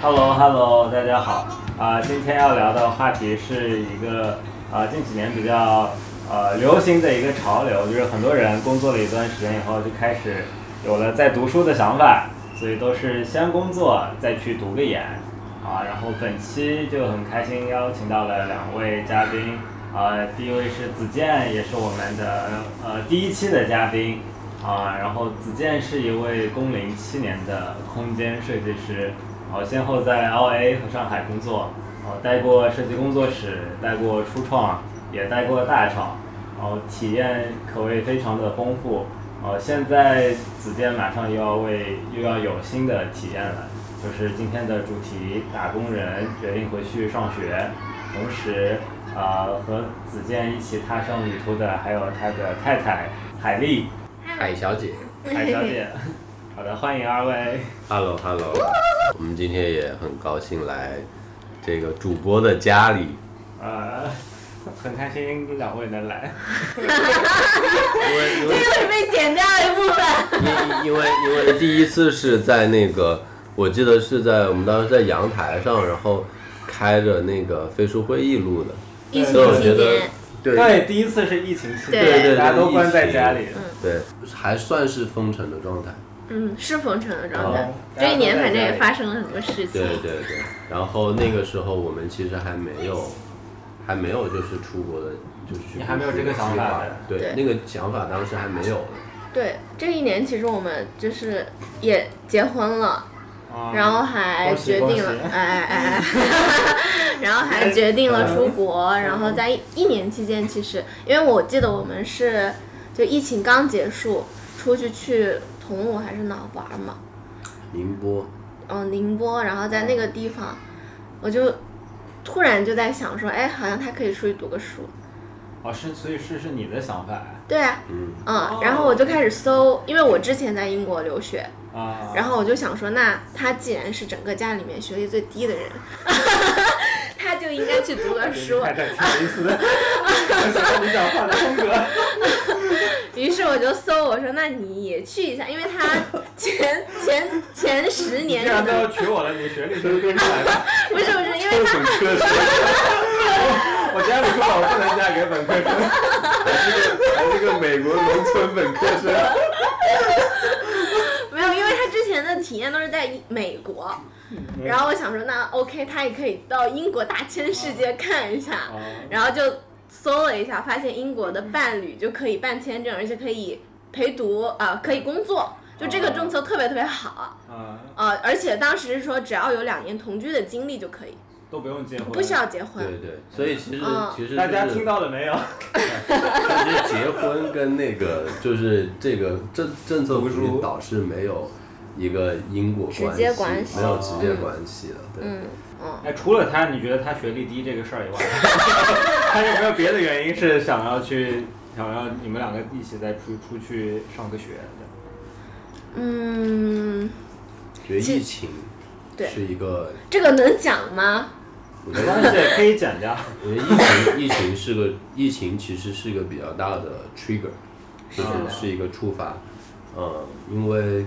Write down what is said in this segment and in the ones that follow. Hello Hello，大家好啊、今天要聊的话题是一个啊、近几年比较呃流行的一个潮流，就是很多人工作了一段时间以后就开始有了在读书的想法，所以都是先工作再去读个研啊。然后本期就很开心邀请到了两位嘉宾啊、第一位是子健，也是我们的呃第一期的嘉宾。啊，然后子健是一位工龄七年的空间设计师，然后先后在 L A 和上海工作，然后待过设计工作室，待过初创，也待过大厂，然后体验可谓非常的丰富。呃，现在子健马上又要为又要有新的体验了，就是今天的主题“打工人决定回去上学”，同时啊、和子健一起踏上旅途的还有他的太太海丽。海小姐海小 姐，好的，欢迎二位。 ，Hello Hello，我们今天也很高兴来这个主播的家里，呃，很开心两位能来。因为因为这会被剪掉一部分。 因因为因为第一次是在那个，我记得是在我们当时在阳台上，然后开着那个飞书会议录的，疫情所以我觉期得间，对对，第一次是疫情期间，对对对大家都关在家里。对，还算是封城的状态，嗯，是封城的状态哦。这一年反正也发生了很多事情对，对对，然后那个时候我们其实还没有，还没有就是出国的，就是去你还没有这个想法计划对对那个想法当时还没有的。对这一年其实我们就是也结婚了，啊嗯然后还恭喜决定了恭喜，哎哎哎，然后还决定了出国，然后在一一年期间，其实因为我记得我们是就疫情刚结束，出去去桐庐还是哪儿玩嘛，宁波，嗯宁波，然后在那个地方，我就突然就在想说，哎，好像他可以出去读个书，哦，是，所以是是你的想法啊对啊，嗯， 哦嗯，然后我就开始搜，因为我之前在英国留学，啊。然后我就想说，那他既然是整个家里面学历最 低的人，他就应该去读个书，太太挺有意思的，我喜欢你讲话的风格。于是我就搜，我说那你也去一下，因为他前前前十你年既然都可能要娶我了，你学历都跟上来了。不是不是，因为本科生，我家里说了，我不能嫁给本科生。还是个美国农村本科生。没有，因为他之前的体验都是在美国，然后我想说，那 OK，他也可以到英国大千世界看一下，哦然后就搜了一下，发现英国的伴侣就可以办签证，而且可以陪读啊、可以工作，就这个政策特别特别好。啊，呃，而且当时是说只要有两年同居的经历就可以，都不用结婚。不需要 结对婚。对，所以其实嗯其实大家就是听到了没有？就是结婚跟那个就是这个政政策读福书利导是没有一个因果直接关系没有直接关系的。对，嗯嗯，哎，除了他，你觉得他学历低这个事 儿以外，还有没有别的原因是想要去想要你们两个一起再出出去上个学的？嗯，觉得疫情对是一个，这个能讲吗？我觉没得关系，可以减掉。我觉得疫情疫情是个疫情其实是一个比较大的 trigger，是就是的是一个触发，嗯，因为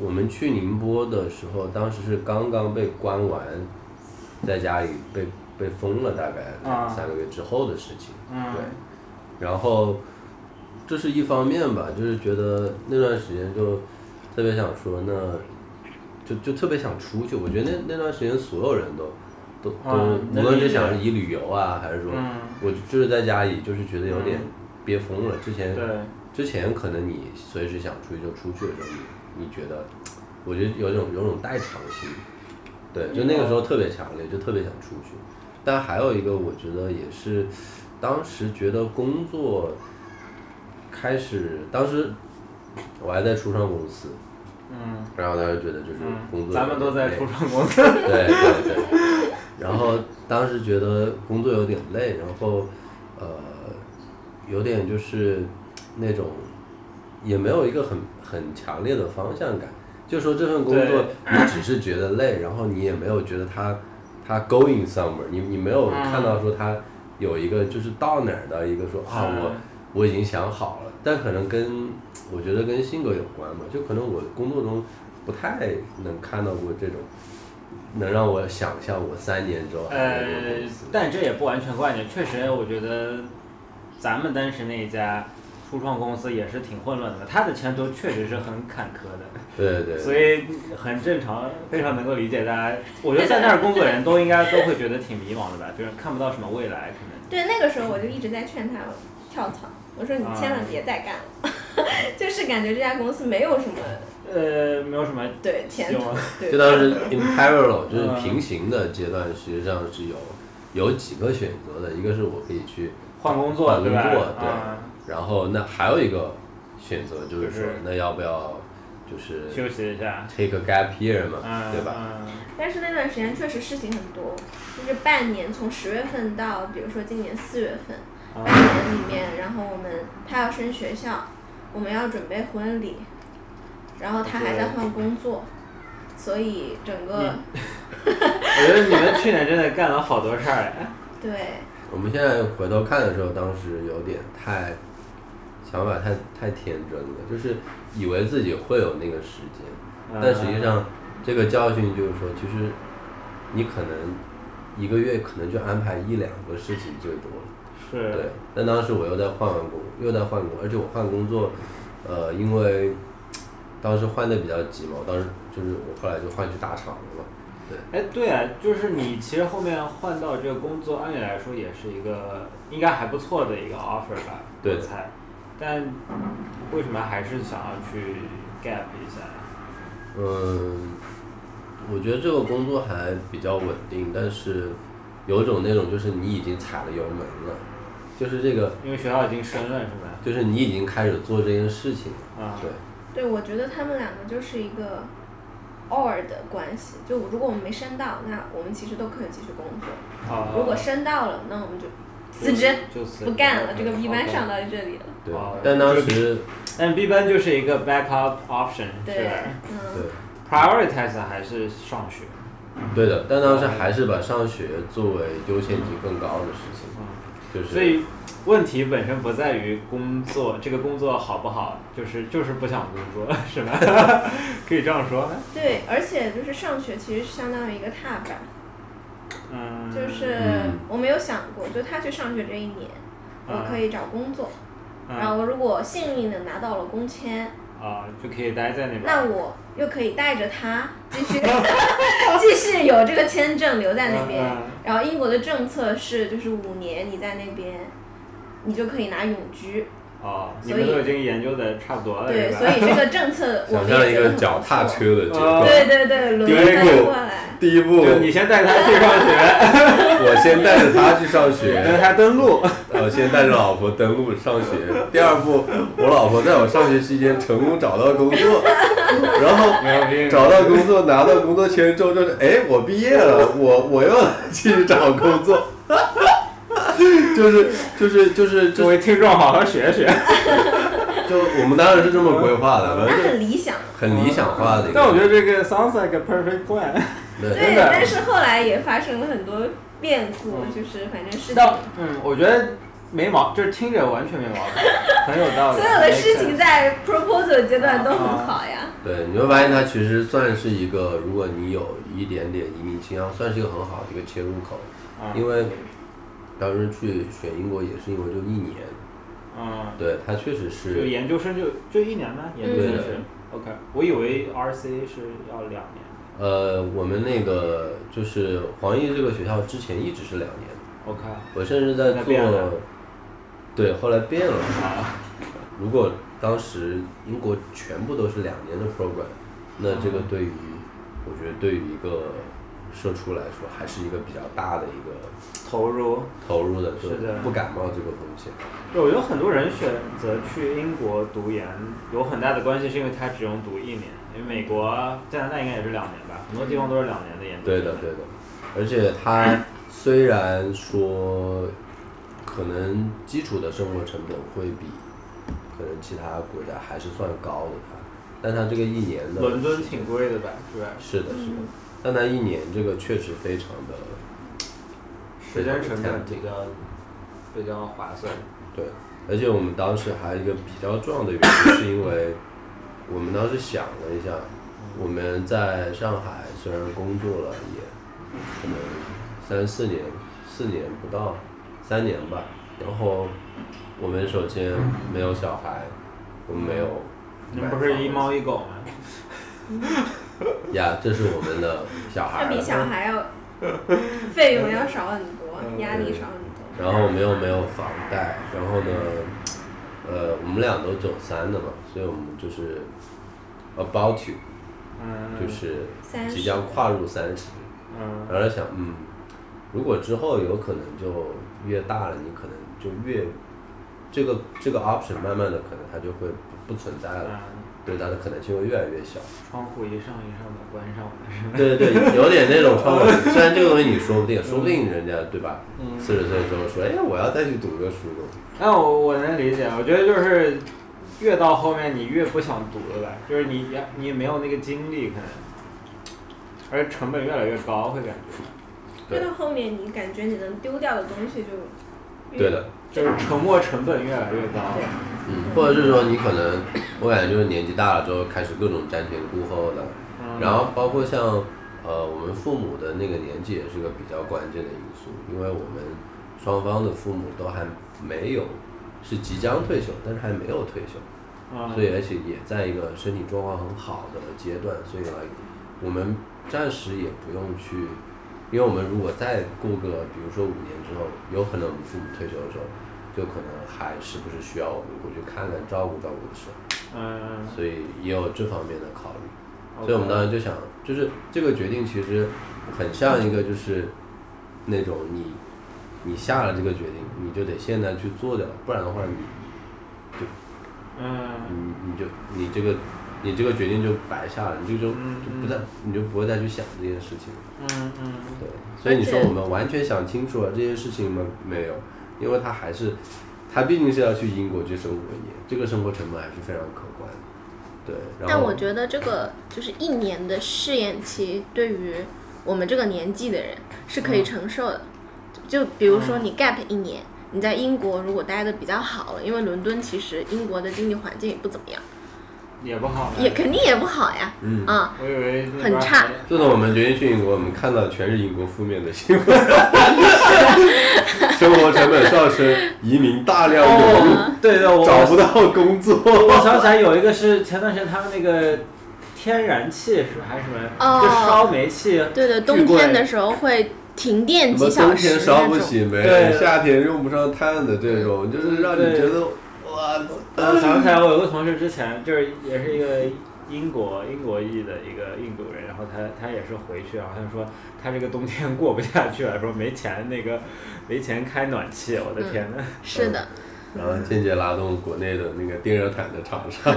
我们去宁波的时候，当时是刚刚被关完，在家里被被封了大概啊三个月之后的事情，嗯对，然后这是一方面吧，就是觉得那段时间就特别想说那。就就特别想出去，我觉得那那段时间所有人都都都，啊无论能理是解想是以旅游啊，还是说，嗯我就是在家里，就是觉得有点嗯憋疯了。之前对，之前可能你随时想出去就出去的时候，你你觉得，我觉得有种有种代偿性，对，就那个时候特别强烈，就特别想出去。但还有一个，我觉得也是，当时觉得工作开始，当时我还在初创公司，嗯然后当时觉得就是工嗯，作，咱们都在初创公司。 对对对。然后当时觉得工作有点累，然后呃，有点就是那种也没有一个很很强烈的方向感，就说这份工作对你只是觉得累，然后你也没有觉得它它 going somewhere，你你没有嗯看到说它有一个就是到哪儿的一个说啊嗯我。我已经想好了，但可能跟我觉得跟性格有关吧，就可能我工作中不太能看到过这种能让我想象我三年之后还在这个呃公司。，但这也不完全怪你，确实，我觉得咱们当时那一家初创公司也是挺混乱的，它的前途确实是很坎坷的，对对对，所以很正常，非常能够理解大家。我觉得在那儿工作的人都应该都会觉得挺迷茫的吧，就是看不到什么未来，可能。对，那个时候我就一直在劝他跳槽，我说你千万别再干了， 就是感觉这家公司没有什么呃，没有什么对前希途望。，对就当 时 in parallel 就是嗯平行的阶段，实际上是有有几个选择的，一个是我可以去换工作，换对工吧？作，对啊，然后那还有一个选择就是说就是，那要不要就是休息一下， take a gap year 嘛，嗯，对吧？嗯但是那段时间确实事情很多，就是半年从十月份到，比如说今年四月份，半啊年里面，然后我们他要升学校，我们要准备婚礼，然后他还在换工作，所以整个我觉得你们去年真的干了好多事儿哎。对我们现在回头看的时候，当时有点太想法太太天真了，就是以为自己会有那个时间，但实际上这个教训就是说，其实你可能一个月可能就安排一两个事情最多了。是，对，但当时我又在换完工，又在换工，而且我换工作，呃，因为当时换的比较急嘛，我当时就是我后来就换去大厂了嘛。对，哎，对啊，就是你其实后面换到这个工作，按理来说也是一个应该还不错的一个 offer 吧，对我猜。但为什么还是想要去 gap 一下啊呀？嗯，我觉得这个工作还比较稳定，但是有种那种就是你已经踩了油门了，就是这个，因为学校已经升了，是吧？就是你已经开始做这件事情了。啊对，对，我觉得他们两个就是一个 or 的关系，就如果我们没升到，那我们其实都可以继续工作；啊，如果升到了，那我们就就辞职。就辞职不干了，这个 B 班 OK 上到这里了。对哦，但当就是时但 B 班就是一个 backup option，是啊对吧，嗯，对。 ？Prioritize 还是上学，对的，但当时哦还是把上学作为优先级更高的事情，嗯就是所以问题本身不在于工作，这个工作好不好，就是就是不想工作，是吧？ 可以这样说吗？对，而且就是上学其实是相当于一个踏板，嗯，就是嗯我没有想过，就他去上学这一年，我嗯可以找工作，嗯然后我如果幸运的拿到了工签，啊，就可以待在那边。那我又可以带着他继续 继续有这个签证留在那边嗯嗯。然后英国的政策是，就是五年你在那边，你就可以拿永居。哦，你所以们都已经研究的差不多了，是对，吧所以这个 政策我想们象也一觉得个很脚不踏错。车的结哦构。对对对，轮第一番步过来。第一步，就你先带他去上学，我先带着他去 上带学，他登录。我呃先带着老婆登录上学。第二步，我老婆在我上学期间成功找到工作，然后找到工作拿到工作签之后，就是哎，我毕业了，我我又去找工作， 就是就是就是各就位听众好好学学。就我们当然是这么规划的，反那正就很理想。很理想化的一个。但我觉得这个 sounds like a perfect plan。对对，真的但是后来也发生了很多变故，嗯就是反正事情，但嗯，我觉得没毛，就是听着完全没毛病，很有道理。所有的事情在 proposal 阶段都很啊好呀。对，你会发现它其实算是一个，如果你有一点点移民倾向，算是一个很好的一个切入口。嗯因为当时去选英国也是因为就一年，嗯，对，它确实，就是研究生就就一年吗？研究生对的是 OK。我以为 RC 是要两年。呃，我们那个就是黄奕这个学校之前一直是两年， OK。我甚至在后来做变了，对，后来变了。啊，如果当时英国全部都是两年的 program，那这哦个对于、我觉得对于一个社畜来说，还是一个比较大的一个。投入。投入的，就是的不感冒这个风险。对，我觉得很多人选择去英国读研，有很大的关系是因为他只用读一年，因为美国、加拿大应该也是两年吧，很多地方都是两年的研究。对的，对的。而且它虽然说可能基础的生活成本会比可能其他国家还是算高的它，但它这个一年的伦敦挺贵的吧，是吧？是的，是的，但它一年这个确实非常的时间成本对比较比较划算。对，而且我们当时还有一个比较重要的原因，是因为我们当时想了一下，我们在上海虽然工作了，也可能三四年，四年不到，三年吧。然后我们首先没有小孩，我们没有你买们房子。不是一猫一狗吗？呀，这是我们的小孩这儿。比小孩要费用要少很多，压力少很多。然后我们又没有房贷，然后呢，呃，我们俩都九三的嘛，所以我们就是 about to，嗯，就是三十即将跨入三十。嗯然后在想，嗯，如果之后有可能就越大了，你可能就越这个这个 option 慢慢的可能它就会不不存在嗯了，，对它的可能性会越来越小。窗户一扇一扇的关上了，是吧？对对对，有点那种窗口。虽然这个东西你说不定，说不定人家对吧？嗯四十岁之后说，哎，我要再去读个书呢。但我我能理解，我觉得就是越到后面你越不想读了吧，就是你你没有那个精力可能，而成本越来越高，会感觉越对到后面，你感觉你能丢掉的东西就越对的，就是沉没成本越来越高。对嗯，或者是说你可能，我感觉就是年纪大了之后开始各种瞻前顾后的，嗯然后包括像呃我们父母的那个年纪也是个比较关键的因素，因为我们双方的父母都还没有是即将退休，但是还没有退休，嗯所以而且也在一个身体状况很好的阶段，所以呢，我们暂时也不用去，因为我们如果再过个比如说五年之后，有可能我们父母退休的时候，就可能还是不是需要我们过去看看照顾照顾的时候，嗯，所以也有这方面的考虑。 OK 所以我们当时就想，就是这个决定其实很像一个就是那种你你下了这个决定，你就得现在去做掉，不然的话你嗯你你就你这个你这个决定就白下了，你这就就嗯就不再你就不会再去想这件事情了。嗯嗯对，所以你说而且我们完全想清楚了这件事情吗？没有，因为他还是他毕竟是要去英国去生活一年，这个生活成本还是非常可观的。对，然但后我觉得这个就是一年的试验期，对于我们这个年纪的人是嗯可以承受的。就就比如说你 gap 一年，你在英国如果待的比较好了，因为伦敦其实英国的经济环境也不怎么样，也不好吧，也肯定也不好呀。嗯啊，我以为那边很还差自从我们决定去英国，我们看到全是英国负面的新闻， 生活成本上升，移民大量涌入，哦， 对对，我找不到工我作。想起来有一个是前段时间他们那个天然气是吧还是什么，哦就烧煤气，对对，冬天的时候会停电什么几冬小天时烧那不种。起煤，对夏天用不上炭的这种，就是让你觉得哇，我呃想起来，我有个同事之前就是也是一个英国英国裔的一个印度人，然后他他也是回去，然后他说他这个冬天过不下去了，说没钱那个没钱开暖气，我的天呐，是的，然后间接拉动国内的那个电热毯的厂 商，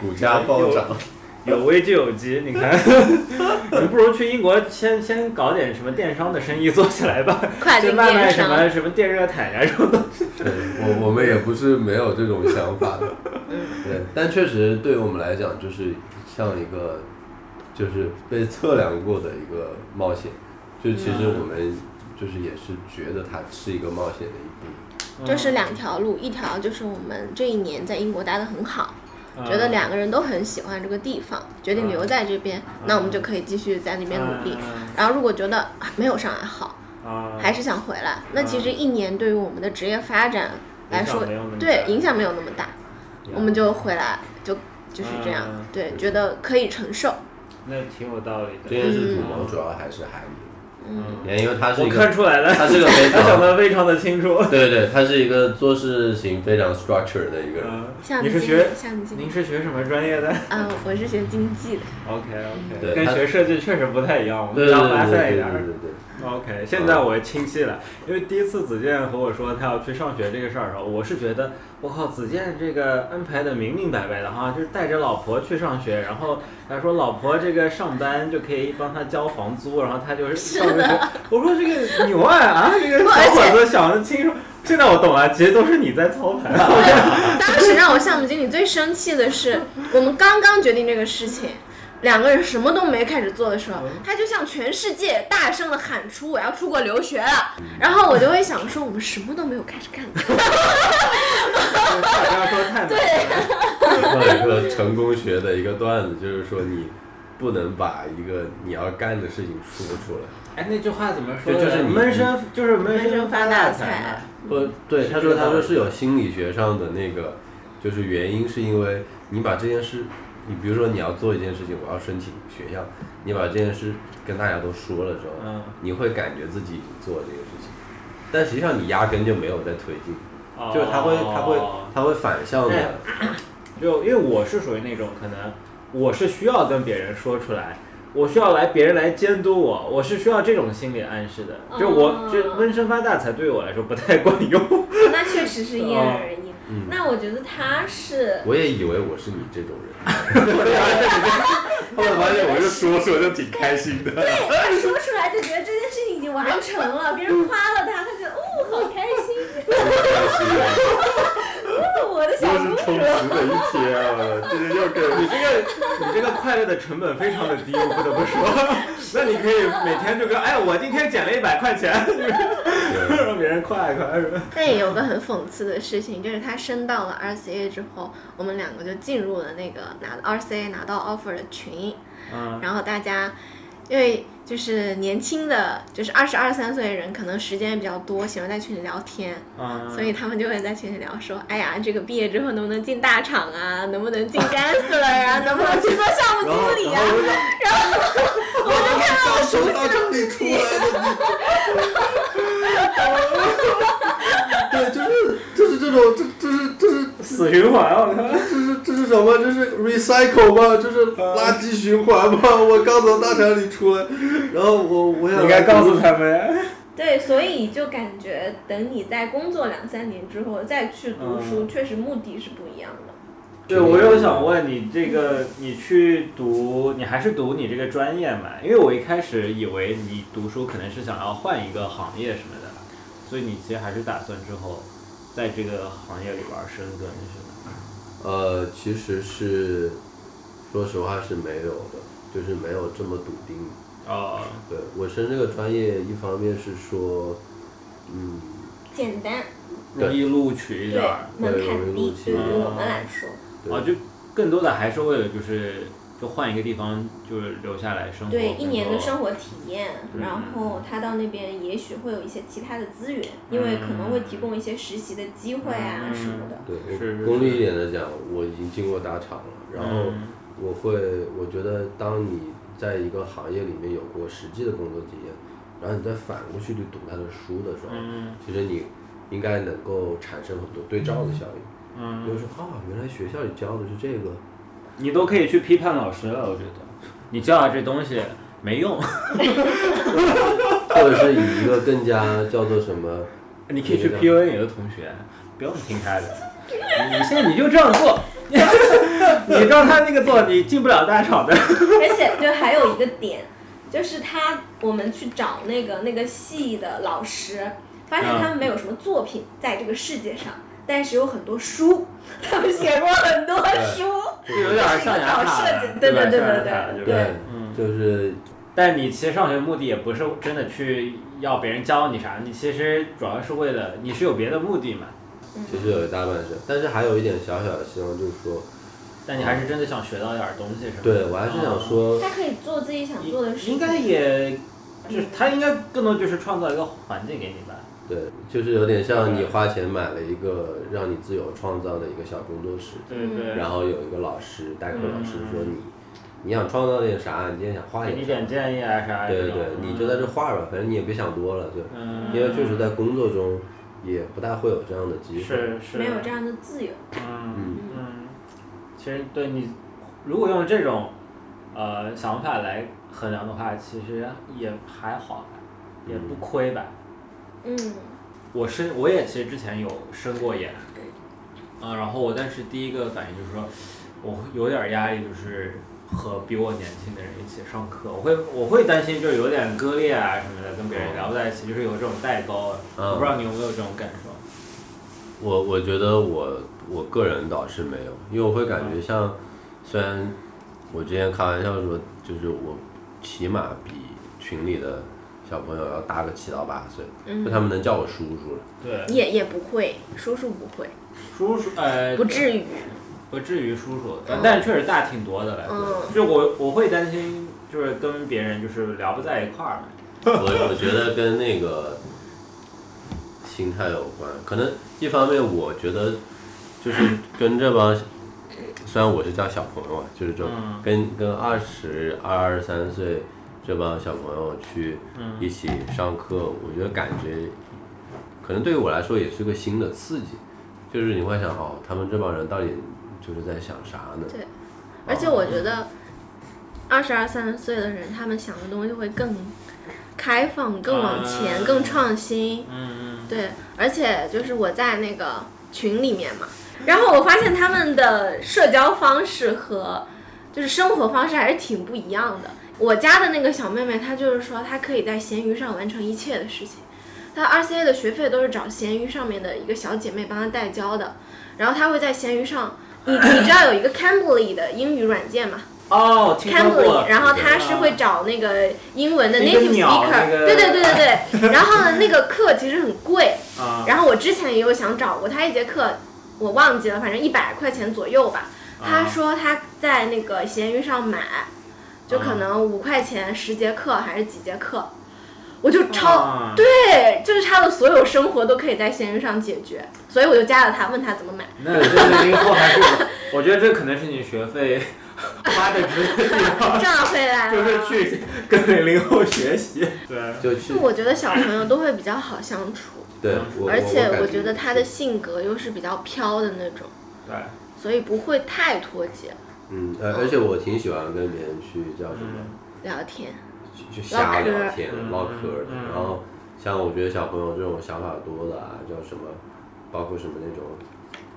股价暴哎涨。 有危就有机，你 看，你不如去英国先先搞点什么电商的生意做起来吧，跨就境卖卖电什商么。什么电热毯呀、这种东西。对，我我们也不是没有这种想法 的，对，但确实对于我们来讲，就是像一个就是被测量过的一个冒险，就其嗯实我们就是也是觉得它是一个冒险的一嗯步，就是两条路，一条就是我们这一年在英国待得很好，嗯觉得两个人都很喜欢这个地方，决定留在这边，那我们就可以继续在嗯那边努力。然后如果觉得啊没有上海好，啊，还是想回来，那其实一年对于我们的职业发展来说嗯影响没有那么，大对影响没有那么大，嗯我们就回来就就是这样嗯，对，觉得可以承受。那挺有道理这的，件事主谋主要还是海里，嗯，因为它是我一看个，出来了，它是个非他想常，的非常的清楚。对对对，他是一个做事情非常 structure 的一个人。嗯像，你你是经学理，像你经理您，是学什么专业的嗯，我是学经济的， ？OK OK，对跟他学设计确实不太一样，我对们对要对发对散一对点儿。对嗯对 OK，现在我清晰了，因为第一次子健和我说他要去上学这个事儿的时候，我是觉得我靠，子健这个安排的明明白白的哈，就是带着老婆去上学，然后他说老婆这个上班就可以帮他交房租，然后他就是上学。我说这个牛啊啊，这个小伙子想得清楚。现在我懂了，其实都是你在操盘。啊当时让我项目经理最生气的是，我们刚刚决定这个事情，两个人什么都没开始做的时候，嗯他就向全世界大声的喊出我要出国留学了，嗯然后我就会想 说我们什么都没有开始干，大家说太难了。闹一个成功学的一个段子，就是说你不能把一个你要干的事情说出来。哎，那句话怎么说对就是的？你闷声就是闷闷声发发大大财财。不，对，是他这说个他道说理是有心理学上的那个，就是原因是因为你把这件事，你比如说你要做一件事情，我要申请学校，你把这件事跟大家都说了之后，嗯你会感觉自己已经做了这个事情，但实际上你压根就没有在推进，就是他会他会哦他会反向的，就因为我是属于那种可能我是需要跟别人说出来，我需要来别人来监督我，我是需要这种心理暗示的。就我哦就闷声发大财对于我来说不太管 用。那确实是因人而异。嗯那我觉得他是我也以为我是你这种人，啊后来发现我就说说就挺开心的。对他哎说出来就觉得这件事情已经完成了，别人夸了他，他觉得哦好开心，哦我的又小是公充主。实的一天啊！这是又给你这个你这个快乐的成本非常的低，我不得不说。 那你可以每天就跟哎，我今天捡了一百块钱， 让别人快快。但也有个很讽刺的事情，就是他升到了 RCA 之后，我们两个就进入了那个拿 RCA 拿到 offer 的群，嗯然后大家因为就是年轻的，就是二十二三岁的人，可能时间也比较多，喜欢在群里聊天，嗯，所以他们就会在群里聊说，哎呀，这个毕业之后能不能进大厂啊，能不能进 Gansler 啊，能不能去做项目然后经理啊？我就看到手到这里出来的，对，就是就是这种，这这是这是死循环，我靠。这是这是什么？这是 recycle 吗？这是垃圾循环吗？我刚从大厂里出来，然后我我想你应该告诉他们呀。对，所以就感觉等你在工作两三年之后再去读书，嗯确实目的是不一样的。 对，我又想问你，这个你去读，你还是读你这个专业嘛？因为我一开始以为你读书可能是想要换一个行业什么的，所以你其实还是打算之后在这个行业里边儿深耕是吗？呃，其实是说实话是没有的，就是没有这么笃定的。哦，对我升这个专业，一方面是说，嗯，简单，容易录取一对点儿，门对容易槛录低，取对于我们来说，对哦，就更多的还是为了就是就换一个地方就是留下来生活，对一年的活。生活体验，嗯然后他到那边也许会有一些其他的资源，因为可能会提供一些实习的机会啊嗯什么的。对是是我功利一点的讲，我已经进过大厂了，然后嗯我会，我觉得当你在一个行业里面有过实际的工作经验，然后你再反过去去读他的书的时候，嗯其实你应该能够产生很多对照的效应，比如嗯，说啊，原来学校里教的是这个，你都可以去批判老师了，我觉得你教的这东西没用。或者是以一个更加叫做什么，你可以去 PUA 你的同学，不用听他的。你现在你就这样做， 你照他那个做，你进不了大厂的。而且对，还有一个点，就是他我们去找那个那个系的老师，发现嗯他们没有什么作品在这个世界上，但是有很多书，他们写过很多书。就有点象牙塔了，对吧对对象牙对塔就是对，嗯。就是但你其实上学目的也不是真的去要别人教你啥，你其实主要是为了你是有别的目的嘛。嗯其实有一大半是，但是还有一点小小的希望就是说，但你还是真的想学到点儿东西是吧？对我还是想哦说，他可以做自己想哦做的事情。应该也，就是他应该更多就是创造一个环境给你吧。对，就是有点像你花钱买了一个让你自由创造的一个小工作室，对对。嗯然后有一个老师代课老师说你，你想创造点啥，你今天想画给点你啥点，建议啊啥的对这对种。对，你就在这画吧，反正你也别想多了，对，嗯。因为确实在工作中也不大会有这样的机会，是是。没有这样的自由。嗯嗯，嗯，其实对你，如果用这种呃想法来衡量的话，其实也还好吧，也不亏吧。嗯，我申我也其实之前有申过研，啊、然后我但是第一个反应就是说，我会有点压力，就是和比我年轻的人一起上课，我会我会担心就是有点割裂啊什么的，跟别人聊不在一起，就是有这种代沟。哦嗯我不知道你有没有这种感受？我我觉得我我个人倒是没有，因为我会感觉像，虽然我之前开玩笑说，就是我起码比群里的小朋友要大个七到八岁，嗯嗯就他们能叫我叔叔了。对，也也不会，叔叔不会，叔叔呃，不至于。不至于叔叔，嗯但但是确实大挺多的了。嗯就是我我会担心，就是跟别人就是聊不在一块儿。我我觉得跟那个心态有关，可能一方面我觉得就是跟这帮，虽然我是叫小朋友啊，就是这种、嗯跟跟二十二二三岁这帮小朋友去一起上课，我觉得感觉可能对于我来说也是个新的刺激，就是你会想哦，他们这帮人到底就是在想啥呢？对而且我觉得，二十二三十岁的人，他们想的东西会更开放、更往前、啊更创新。嗯对，而且就是我在那个群里面嘛，然后我发现他们的社交方式和就是生活方式还是挺不一样的。我家的那个小妹妹，她就是说她可以在闲鱼上完成一切的事情。她 RCA 的学费都是找闲鱼上面的一个小姐妹帮她代交的，然后她会在闲鱼上，你你知道有一个 Cambly 的英语软件嘛哦，听说过？Cambly，。然后她是会找那个英文的那个 native 鸟 speaker，那个对对对对对。然后呢，那个课其实很贵，啊然后我之前也有想找过他一节课，我忘记了，反正一百块钱左右吧。啊他说他在那个闲鱼上买，就可能五块钱十节课还是几节课，我就超、啊对，就是他的所有生活都可以在闲鱼上解决，所以我就加了他，问他 怎么买。那这零零后还是有，我觉得这可能是你学费花的值的地 方，赚回来就了。是去跟零零后学习。对，就去就我觉得小朋友都会比较好相处，对，我而且我我感觉得他的是性格又是比较飘的那种，对，所以不会太脱节嗯，而而且我挺喜欢跟别人去叫什么。聊天。就瞎聊天嗯唠嗑儿的嗯。然后像我觉得小朋友这种想法多的啊，叫什么，包括什么那种，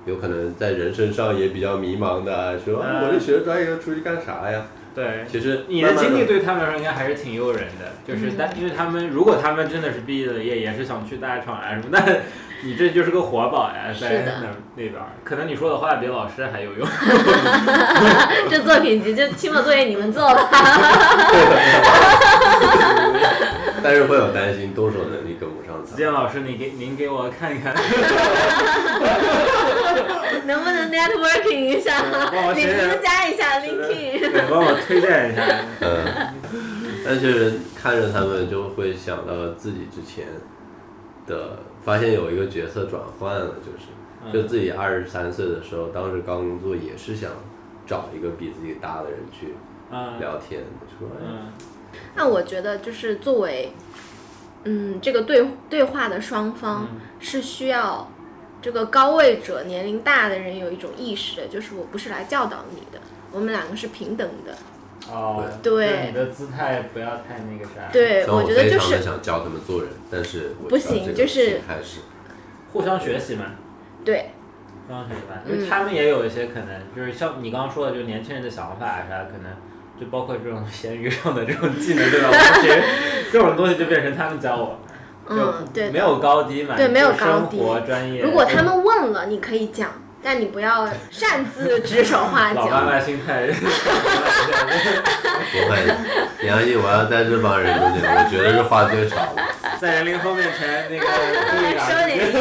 有可能在人生上也比较迷茫的啊，说啊嗯我这学专业要出去干啥呀？对。其实嗯你的慢慢经历地对他们来说应该还是挺诱人的，就是但因为他们如果他们真的是毕业了业，也是想去大厂啊什么，那 你这就是个活宝呀，在是的那那边儿，可能你说的话比老师还有用。 这作品集就期末作业你们做吧。 但是会有担心动手能力跟不上子他。健老师，你给您给我看一看，能不能 networking 一下嗯帮我，领写写英加一下是的 linking。 对，帮我推荐一下。嗯，但确实看着他们就会想到自己之前的，发现有一个角色转换了，就是。嗯就自己二十三岁的时候，当时刚工作也是想找一个比自己大的人去嗯聊天，说哎嗯那我觉得就是作为，嗯，这个对对话的双方嗯是需要这个高位者年龄大的人有一种意识的，就是我不是来教导你的，我们两个是平等的。哦，对就是你的姿态不要太那个啥，，对，虽然我我觉得非就常地是想教他们做人，但是我不知道行这个就是心态是互相学习嘛，对，互相学习嗯嘛，因为他们也有一些可能就是像你刚刚说的，就是年轻人的想法啊啥，可能就包括这种闲鱼上的这种技能，对吧？我学这种东西就变成他们教我，嗯，就对没的。有高低嘛，对没有就是生高低活专业，如果他们问了，你可以讲，但你不要擅自指手画 老妈 脚。妈心态，不会的。你相信我要在这帮人 中间，我觉得是话最少的。在零零后面前那个注意收点。点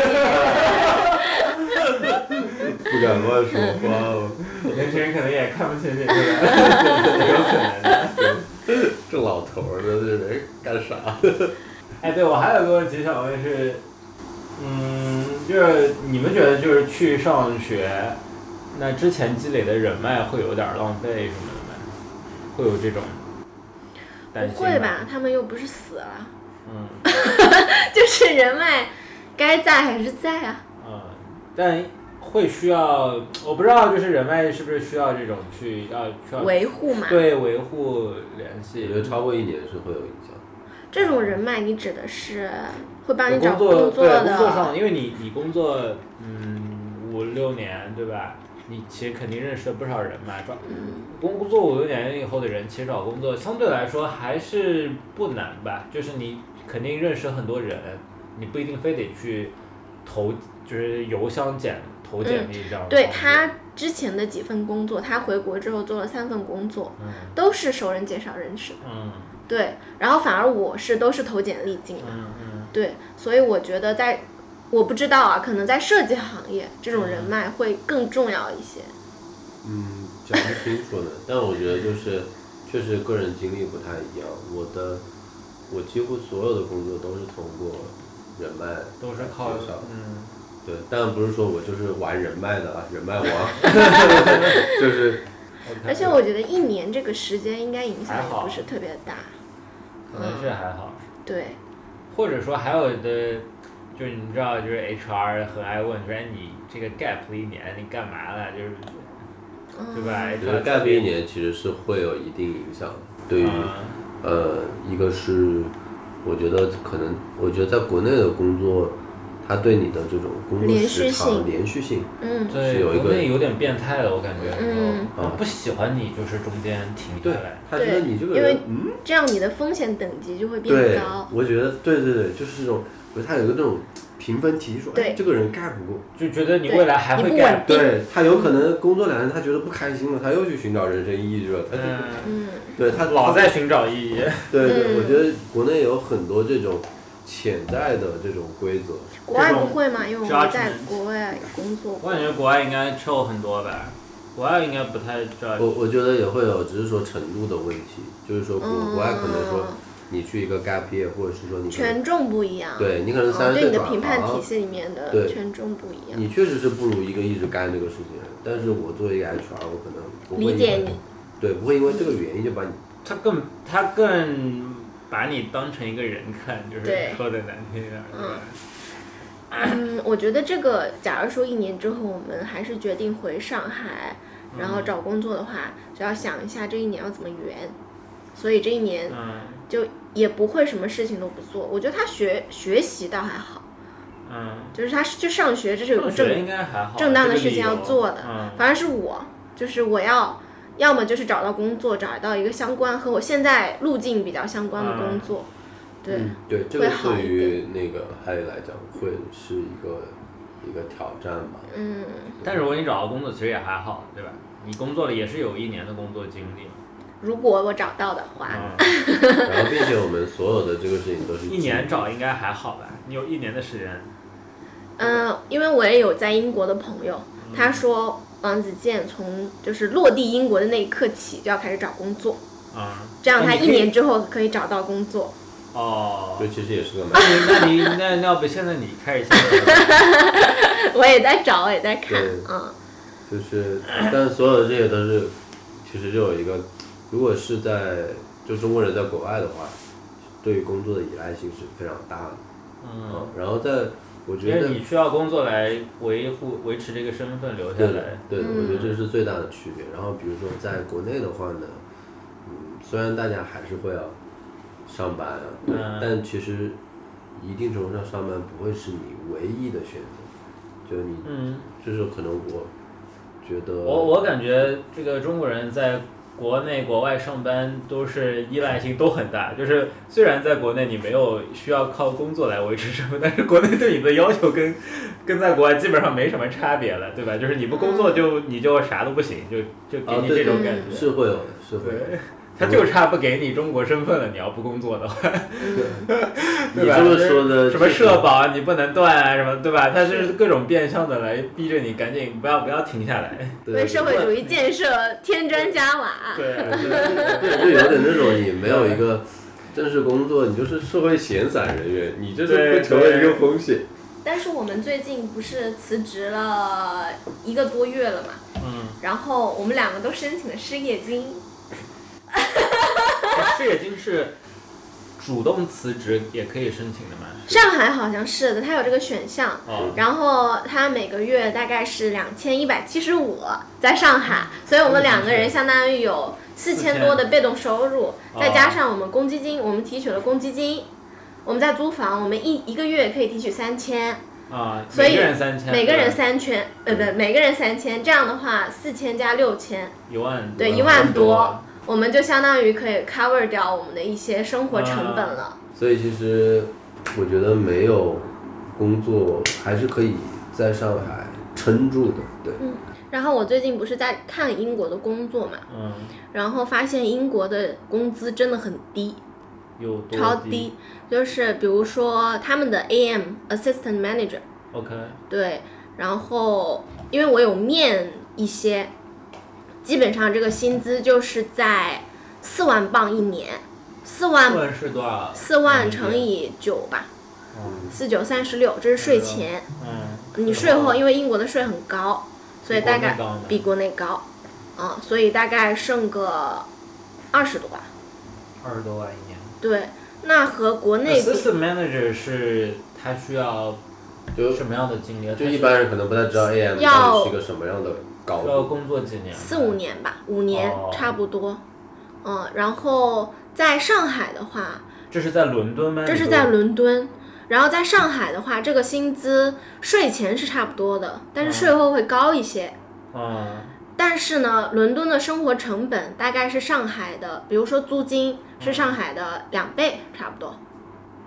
不敢乱说话哦，年轻人可能也看不清这个，有可能的。这老头儿的这人干啥？哎，对，我还有个问题想问是，嗯，就是你们觉得就是去上学，那之前积累的人脉会有点儿浪费什么的吗？会有这种担心不会？吧？他们又不是死了。嗯 就是人脉该在还是在啊。嗯，但会需要，我不知道就是人脉是不是需要这种去要需要维护嘛，嗯对维护联我系觉，得超过一年是会有影响。这种人脉你指的是会啊帮你工找作作对工作上，的，因为你你工作嗯五六年对吧？你其实肯定认识了不少人嘛，找嗯工工作五六年以后的人，其实找工作相对来说还是不难吧？就是你肯定认识很多人，你不一定非得去投，就是邮箱简投简历这样、对他，之前的几份工作，他回国之后做了三份工作，嗯都是熟人介绍认识的。嗯对，然后反而我是都是投简历进来，嗯嗯，对，所以我觉得在。嗯我不知道啊，可能在设计行业，这种人脉会更重要一些。嗯，讲不清楚呢。但我觉得就是，确实个人经历不太一样。我的，我几乎所有的工作都是通过人脉都是靠来介绍的嗯对，但不是说我就是玩人脉的啊，人脉王， 就是，OK，而且我觉得一年这个时间应该影响还好也不是特别大，可能是还好，对，或者说还有的，就是你知道，就是 HR 很爱问，说哎你这个 gap 了一年你干嘛了？就是嗯对吧我觉得？HR 干一年其实是会有一定影响的，对于、嗯呃，一个是我觉得可能，我觉得在国内的工作，它对你的这种工作连时续长性连续性，嗯是对，有一个国内有点变态了，我感觉。嗯，他不喜欢你，就是中间停下对来。，他觉得对你这个因人嗯为，这样你的风险等级就会变对高，，我觉得对对对，就是这种，我觉得他有一个这种评分题，说哎对这个人 gap 不过，就觉得你对未来还你会不干稳，定，对他有可能工作两年他觉得不开心了，他又去寻找人生意义了，他就、嗯，嗯，对他老在寻找意义。 对对，嗯我觉得国内有很多这种潜在的这种规则，国外不会嘛，因为我们在 judgment 国外工作我过感，觉国外应该 chill 很多吧，国外应该不太我 judge。我觉得也会有，只是说程度的问题，就是说国嗯国外可能说你去一个 gap year，或者是说你可能权重不一样，对你可能啊，三十对岁你的转评判体行，系里面的对权重不一样，你确实是不如一个一直干这个事情的人。但是我作为一个 HR，我可能不会理解因为你，对，不会因为这个原因就把你他更他更把你当成一个人看，就是对说的难听一点。对吧嗯，我觉得这个，假如说一年之后我们还是决定回上海，然嗯后找工作的话，就要想一下这一年要怎么圆。所以这一年嗯就也不会什么事情都不做。我觉得他学学习倒还好，嗯，就是他去上学，这是有上个学正应该还好。啊正当的这个事情理由要做的嗯反而是我，就是我要，要么就是找到工作，找到一个相关和我现在路径比较相关的工作。对，嗯对这个会好对一于那个海里来讲会是一个一个挑战吧。 嗯，但如果你找到工作，其实也还好，对吧？你工作了也是有一年的工作经历嘛，如果我找到的话， 嗯，然后并且我们所有的这个事情都是一年找应该还好吧？你有一年的时间，嗯，因为我也有在英国的朋友，他说王子健从就是落地英国的那一刻起就要开始找工作，嗯，这样他那你一可以年之后可以找到工作。 哦对，，其实也是个蛮那你那那要不现在你开始先找我也在找，我也在看对，嗯就是，但所有的这些都是，其实就有一个，如果是在就中国人在国外的话，对于工作的依赖性是非常大的。嗯，然后在我因觉得为，你需要工作来维护维持这个身份留下对来，对，我觉得嗯这是最大的区别。然后比如说在国内的话呢，嗯，虽然大家还是会要上班啊，嗯但其实一定程度上上班不会是你唯一的选择，就你嗯，就是可能我觉得我我感觉这个中国人在国内国外上班都是依赖性都很大，就是虽然在国内你没有需要靠工作来维持生活，但是国内对你的要求跟跟在国外基本上没什么差别了，对吧？就是你不工作就你就啥都不行，就就给啊你这对种对感觉。是会有的，是会有的。哦对，他就差不给你中国身份了。你要不工作的话， 嗯你这么说的，什么社保你不能断啊，什么对吧？他就是各种变相的来逼着你赶紧不要不要停下来。对为社会主义建设添砖加瓦。对啊，对，就有点那种你没有一个正式工作，你就是社会闲散人员，你这是会成为一个风险。但是我们最近不是辞职了一个多月了嘛，嗯，然后我们两个都申请了失业金，失业金是主动辞职也可以申请的吗？上海好像是的，它有这个选项，哦，然后它每个月大概是两千一百七十五，在上海，所以我们两个人相当于有四千多的被动收哦入，再加上我们公积金，我们提取了公积金，我们在租房，我们一一个月可以提取三千，啊，所以每个人三千，嗯每个人对吧三千，呃不，每个人三千，这样的话四千加六千，一万，对，一万多，，我们就相当于可以 cover 掉我们的一些生活成本了。所以其实我觉得没有工作还是可以在上海撑住的，对。然后我最近不是在看英国的工作嘛，嗯，然后发现英国的工资真的很低，有多超低，就是比如说他们的 AM assistant manager， ？OK，对，然后因为我有面一些，基本上这个薪资就是在四万镑一年，四万万是多少？四万乘以九吧，哦四九三十六，这是税前。嗯，你税后，因为英国的税很高，所以大比国内概高呢比国内高，嗯，所以大概剩个二十多吧。二十多万一年。对，那和国内比 Assistant manager 是他需要就什么样的经历啊？就一般人可能不太知道 AM 要到底是个什么样的他高需要度，工作几年？四五。年吧，五年哦差不多。嗯，然后在上海的话，这是在伦敦吗？这是在伦敦。然后在上海的话，这个薪资税前是差不多的，但是税后会高一些。嗯但是呢，伦敦的生活成本大概是上海的，比如说租金是上海的两倍，差不多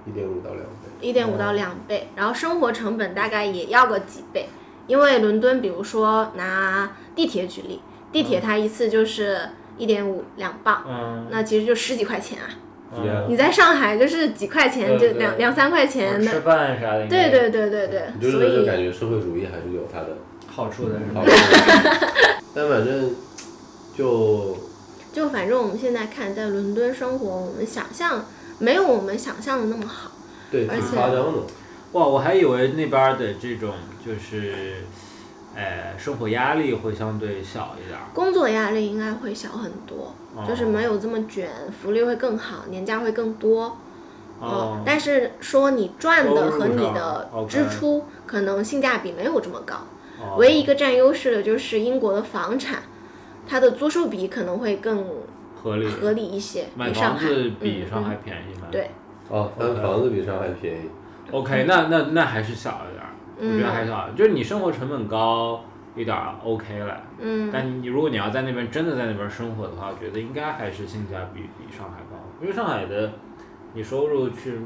一点五到两倍。一点五到两倍。然后生活成本大概也要个几倍，因为伦敦，比如说拿地铁举例，地铁它一次就是一点五两磅，嗯那其实就十几块钱啊。嗯，你在上海就是几块钱，对就对哦两两三块钱吃的，饭啥的应该对对对对你对，就所是就以感觉社会主义还是有它的好处的是吧 好？处，但反正就就反正我们现在看在伦敦生活，我们想象没有我们想象的那么好。对而挺且夸张的。哇，我还以为那边儿的这种就是，呃，生活压力会相对小一点儿。哦工作压力应该会小很多，就是没有这么卷，福利会更好，年假会更多。哦嗯，但是说你赚收的入和你上的，OK 支出可能性价比没有这么高。哦唯一一个占优势的就是英国的房产，它的租售比可能会更合理，合理一些，买比上房海子比嗯上嗯海便宜吗？对，哦，但嗯 OK 房子比上海便宜， OK，那那那还是小一点儿，我觉得嗯还小，就是你生活成本高一点儿 OK 了。嗯，但你如果你要在那边真的在那边生活的话，我觉得应该还是性价比比上海高，因为上海的你收入去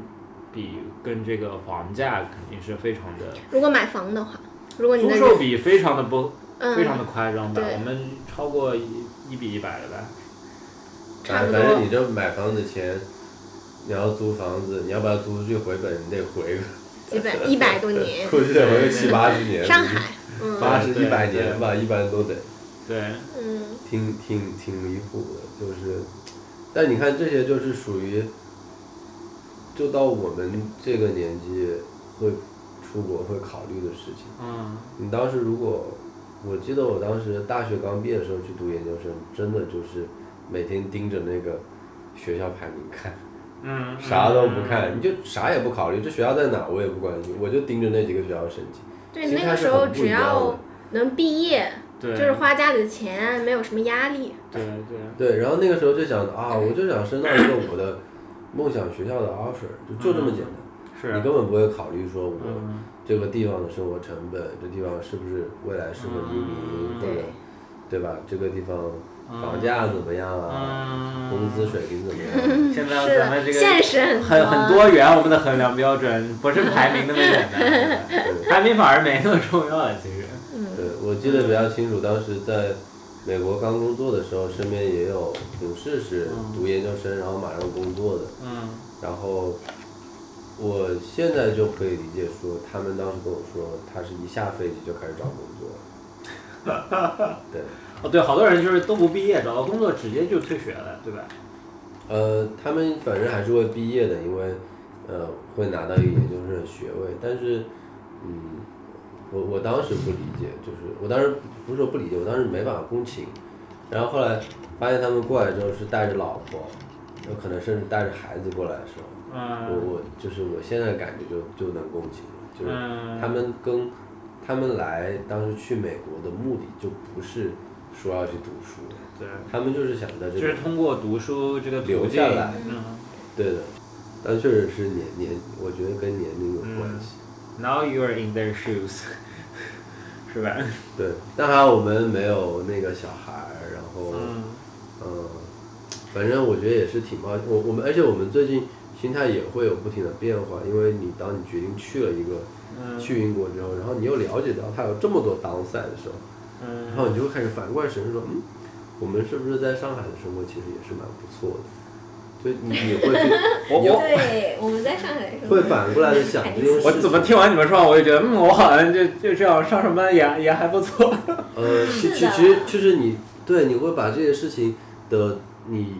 比跟这个房价肯定是非常的，如果买房的话，如果你租在售比非常的不嗯非常的夸张吧，对我们超过一一比一百了吧？差反不反正多你这买房子钱，你要租房子，你要把它租出去回本，你得回个，基本一百多年， 估计得回个七八十年，上海，嗯八十对一百对年吧，一般都得。对，嗯挺挺挺离谱的，就是，但你看这些就是属于，就到我们这个年纪会出国会考虑的事情。嗯，你当时如果，我记得我当时大学刚毕业的时候去读研究生，真的就是每天盯着那个学校排名看，嗯， 啥都不看，你就啥也不考虑，这学校在哪我也不关心，我就盯着那几个学校申请。对，心那态个是时候很不只一样的要能毕业，对，就是花家里的钱，没有什么压力。对对，对，然后那个时候就想啊，我就想升到一个我的梦想学校的 offer，就就这么简单。嗯是，啊你根本不会考虑说我嗯这个地方的生活成本，这地方是不是未来是个移民，嗯或者对对吧？这个地方房价怎么样啊？嗯，工资水平怎么样？现在嗯是哎咱的们这，个现嗯实很很很多元，我们的衡量标准不是排名那么简单， 对排名反而没那么重要了，其实。对，我记得比较清楚，当时在美国刚工作的时候，身边也有同事是读研究生，然后马上工作的，嗯然后我现在就可以理解说，他们当时跟我说，他是一下飞机就开始找工作了。对，哦，对，好多人就是都不毕业，找到工作直接就退学了，对吧？呃，他们反正还是会毕业的，因为呃会拿到一个研究生的学位，但是嗯，我我当时不理解，就是我当时不是说不理解，我当时没办法共情，然后后来发现他们过来之后是带着老婆，有可能甚至带着孩子过来的时候，嗯我我就是我现在感觉就就能共情了，就是嗯他们跟他们来当时去美国的目的就不是说要去读书，对，他们就是想在这嗯就里是通过读书这个途径留下来嗯对的，但确实是年年，我觉得跟年龄有嗯关系。 ，Now you are in their shoes，是 吧？对，但还好我们没有那个小孩儿，然后嗯、嗯呃反正我觉得也是挺冒。我我们而且我们最近心态也会有不停的变化，因为你当你决定去了一个嗯去英国之后，然后你又了解到它有这么多 downside 的时候，然后嗯，你就会开始反过来审视说，嗯，我们是不是在上海的生活其实也是蛮不错的？就你你会去，你要对，我们在上海的时候会反过来地想这件事我怎么听完你们说话，我就觉得，嗯，我好像就就这样上上班也也还不错。呃，其是其的其实就是你对，你会把这些事情的你，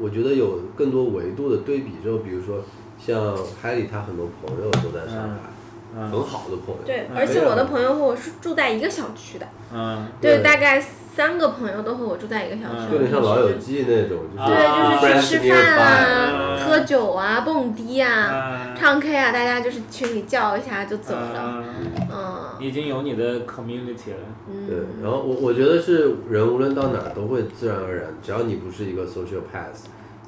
我觉得有更多维度的对比之后，比如说像海里，他很多朋友都在上海，很 嗯好的朋友，对，嗯而且对我的啊朋友和我是住在一个小区的，嗯，对，对大概三个朋友都和我住在一个小嗯区，就有点像老友记那种，就是啊对，就是 friends 去吃饭 nearby 啊、喝酒啊、蹦迪啊、嗯唱 K 啊，大家就是群里叫一下就走了。嗯嗯已经有你的 community 了，对嗯，，然后我我觉得是人无论到哪儿都会自然而然，只要你不是一个 social path，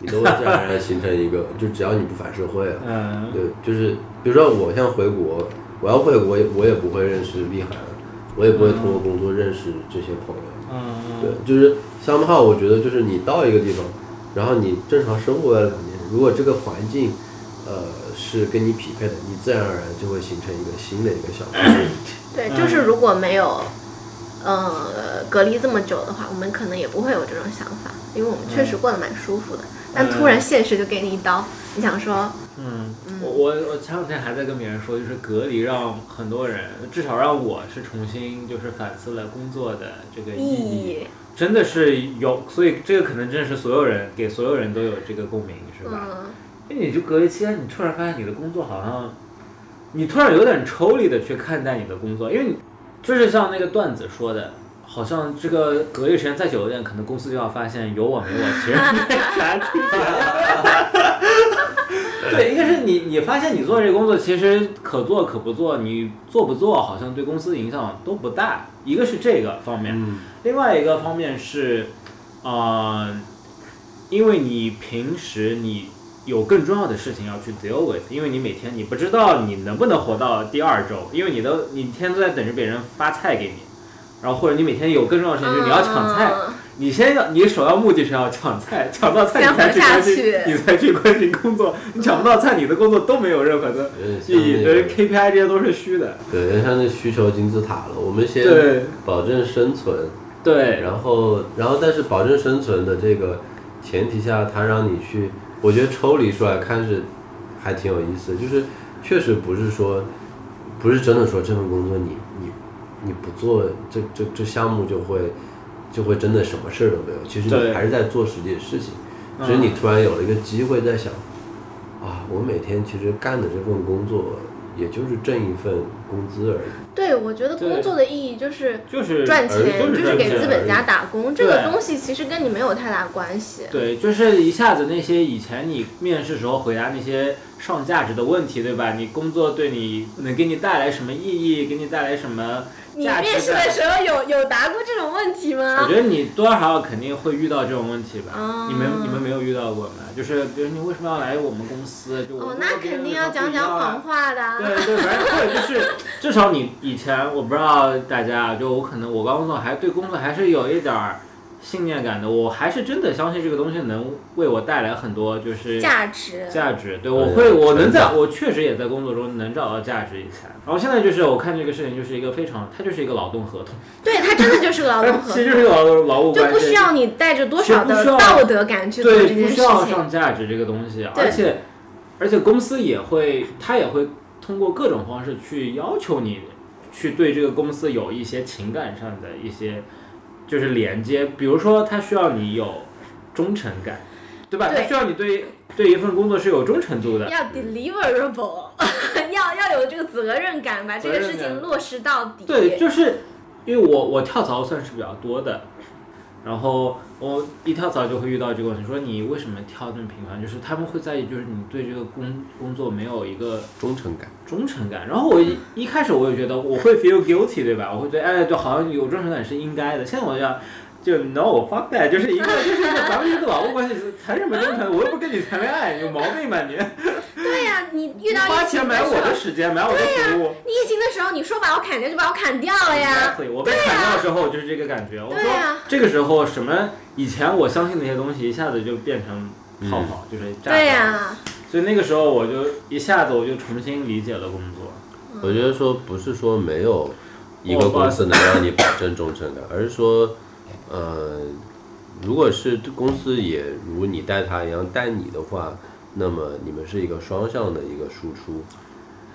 你都会自然而然形成一个，就只要你不反社会啊，嗯对，就是比如说我现在回国，我要回国我也不会认识厉涵，我也不会通过工作认识这些朋友，嗯，对，就是相号，我觉得就是你到一个地方，然后你正常生活了两年，如果这个环境，呃，是跟你匹配的，你自然而然就会形成一个新的一个小区。对，嗯就是如果没有，呃，隔离这么久的话，我们可能也不会有这种想法，因为我们确嗯实过得蛮舒服的。但突然现实就给你一刀，你想说，嗯，我我我前两天还在跟别人说，就是隔离让很多人，至少让我是重新就是反思了工作的这个意义，咦，真的是有，所以这个可能真的是所有人给所有人都有这个共鸣，是吧？嗯，因为哎你就隔离期间，你突然发现你的工作好像，你突然有点抽离的去看待你的工作，因为你就是像那个段子说的。好像这个隔离时间再久一点，可能公司就要发现有我没我，其实没啥区别。 对，一个是你你发现你做这个工作其实可做可不做，你做不做好像对公司的影响都不大。一个是这个方面，嗯，另外一个方面是，呃，因为你平时你有更重要的事情要去 deal with，因为你每天你不知道你能不能活到第二周，因为你的你天天都在等着别人发菜给你，然后或者你每天有更重要的事情就是你要抢菜，嗯你先要你首要目的是要抢菜，抢到菜先你才去活下关心去你才去关心工作，你抢不到菜你的工作都没有任何的有点像意义，那对个， KPI 这些都是虚的，对，有点像那需求金字塔了。我们先对保证生存，对，然后，然后但是保证生存的这个前提下，它让你去，我觉得抽离出来看是还挺有意思的，就是确实不是说，不是真的说这份工作你你你不做这这这项目就会就会真的什么事儿都没有，其实对你还是在做实际的事情，嗯只是你突然有了一个机会在想，啊，我每天其实干的这份工作也就是挣一份工资而已，对，我觉得工作的意义就是就是赚而钱，就是就是赚给钱资而本已家打工，这个对东西其实跟你没有太大关系。对，就是一下子那些以前你面试时候回答那些上价值的问题，对吧？你工作对你能给你带来什么意义，给你带来什么你价面值试的感？时候有有答过这种问题我吗觉？得你多少肯定会遇到这种问题吧？啊你们你们没有遇到过吗？就是比如你为什么要来我们公司？就我哦们，那跟别人肯定有什要么不讲一讲样啊谎话的啊。对对，反正或者就是，至少你以前我不知道大家，啊就我可能我刚工作还对工作还是有一点儿信念感的，我还是真的相信这个东西能为我带来很多就是价值，价值。对，对我会，成我能在长我确实也在工作中能找到价值以前。然后现在就是我看这个事情就是一个非常，它就是一个劳动合同，对它真的就是个劳动合 哎其实同，就是一个劳动劳务就关不系，需要你带着多其实少不的需要道德感去做这对，不件事需要情。上价值这个东西，而对且而且公司也会，他也会通过各种方式去要求你去对这个公司有一些情感上的一些就是连接，比如说他需要你有忠诚感，对吧？对他需要你对对一份工作是有忠诚度的，要 deliverable，要 要有这个责任感，把这个责任事情感落实到底。对，就是因为我我跳槽算是比较多的，然后我一跳槽就会遇到这个问题，说你为什么跳这么频繁？就是他们会在意，就是你对这个工工作没有一个忠诚感。忠诚感。然后我一一开始我也觉得我会 feel guilty，对吧？我会觉得哎，对，好像有忠诚感是应该的。现在我就想。就 no fuck that，就是一个就是一个咱们一个劳务关系，谈什么忠诚？我又不跟你谈恋爱，有毛病吧你？对呀、你遇到花疫钱情买时我候的，时间，买我的服务。你疫情的时候，你说把我砍掉就把我砍掉了哎呀。 Exactly，我被砍掉的时候我就是这个感觉。我对说啊这个时候什么以前我相信那些东西，一下子就变成泡泡，就是炸掉。对呀、所以那个时候我就一下子我就重新理解了工作。我觉得说不是说没有一个公司能让你保证忠诚感，而是说，呃，如果是公司也如你带他一样带你的话，那么你们是一个双向的一个输出，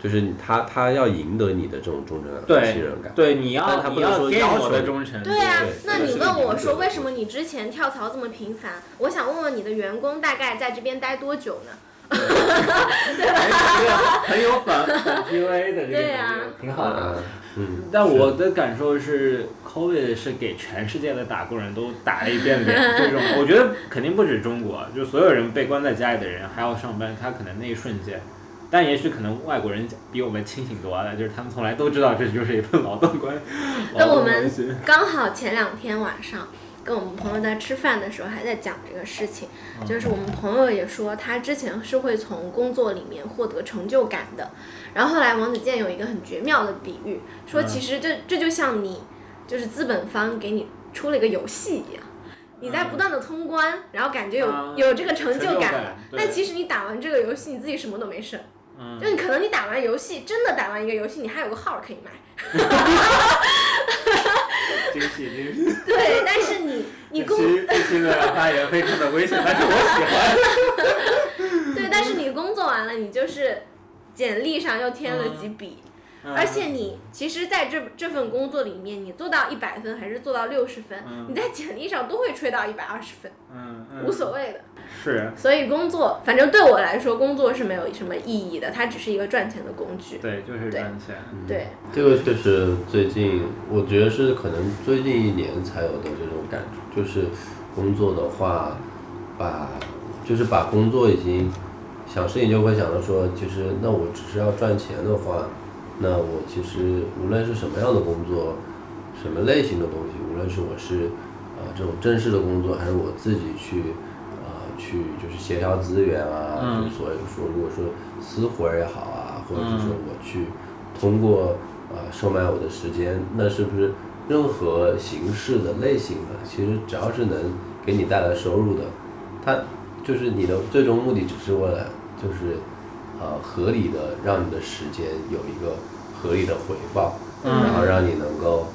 就是你他他要赢得你的这种忠诚感、和信对任感。对，你但要他不你能要说给要我求的你忠诚，对啊对，那这个你是问个我理说解为什么你之前跳槽这么频繁？我想问问你的员工大概在这边待多久呢？很有反。 PUA 的这个对感啊觉挺好的。啊，嗯，但我的感受是，COVID 是给全世界的打工人都打了一遍 脸。这种我觉得肯定不止中国，就所有人被关在家里的人还要上班，他可能那一瞬间，但也许可能外国人比我们清醒多了，就是他们从来都知道这就是一份劳动 关。但劳我动关们系刚好前两天晚上跟我们朋友在吃饭的时候还在讲这个事情，就是我们朋友也说他之前是会从工作里面获得成就感的，然后后来王子健有一个很绝妙的比喻，说嗯其实这这就像你就是资本方给你出了一个游戏一样。你在不断的通关，然后感觉有、啊有这个成成就感感了。对但其实你打完这个游戏，你自己什么都没剩。嗯就你可能你打完游戏，真的打完一个游戏，你还有个号 儿可以买。惊喜 惊喜！对，但是你你这工期这期的发言非常的 危险，但是我喜欢。对，但是你工作完了，你就是简历上又添了几笔，嗯而且你其实在这这份工作里面，你做到一百分还是做到六十分，嗯你在简历上都会吹到一百二十分，嗯嗯无所谓的。是啊所以工作，反正对我来说，工作是没有什么意义的，它只是一个赚钱的工具。对，就是对赚钱。对，这个确实最近，我觉得是可能最近一年才有的这种感觉，就是工作的话，把就是把工作已经想事情就会想到说，其实那我只是要赚钱的话，那我其实无论是什么样的工作，什么类型的东西，无论是我是呃这种正式的工作，还是我自己去呃去就是协调资源啊，嗯就是所以说如果说私活儿也好啊，或者嗯是说我去通过呃售卖我的时间，那是不是任何形式的类型的，其实只要是能给你带来收入的，它就是你的最终目的，只是为了就是呃合理的让你的时间有一个合理的回报，嗯然后让你能够